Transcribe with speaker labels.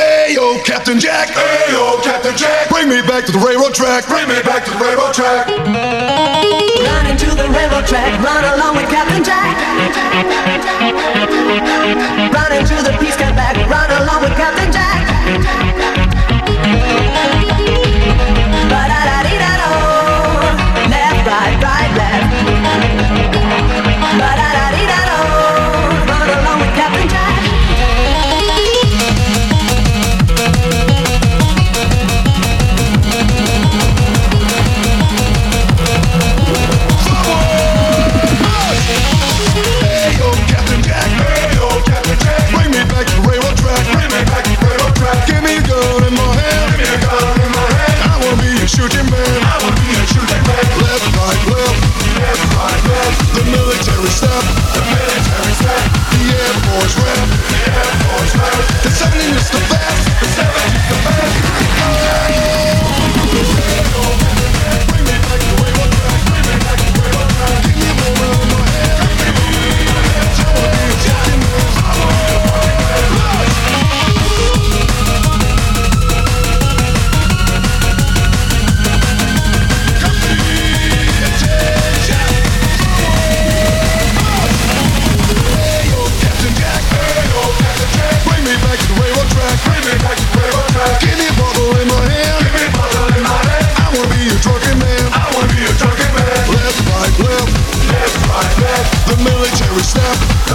Speaker 1: Hey yo, Captain Jack. Hey yo, Captain Jack. Bring me back to the railroad track. Bring me back to the railroad track.
Speaker 2: Run into the railroad track, run along with Captain Jack. Run into the peace cut back, run along with Captain Jack. Ba-da-da-dee-da-do. Left, right, right, left. Ba-da-da-dee-da-do. Run along with Captain Jack.
Speaker 1: Hey yo, Captain Jack. Hey yo, Captain Jack. Bring me back to the railroad track. Bring me back to the railroad track. Give me a gun in my hand. Give me a gun in my hand. I wanna be a shooting man. I wanna be a shooting man. Left, right, left. Left, right, left. The military step. The military step. The Air Force rep. The Air Force rep. The 70s is the best. The 70s is the best. Captain Jack, hey, oh, Captain Jack, bring me back to the railroad track, bring me back to the railroad track. Give me a bottle in my hand, give me a bottle in my hand. I wanna be a drunken man, I wanna be a drunken man. Left, right, left, left, right, left. The military step, the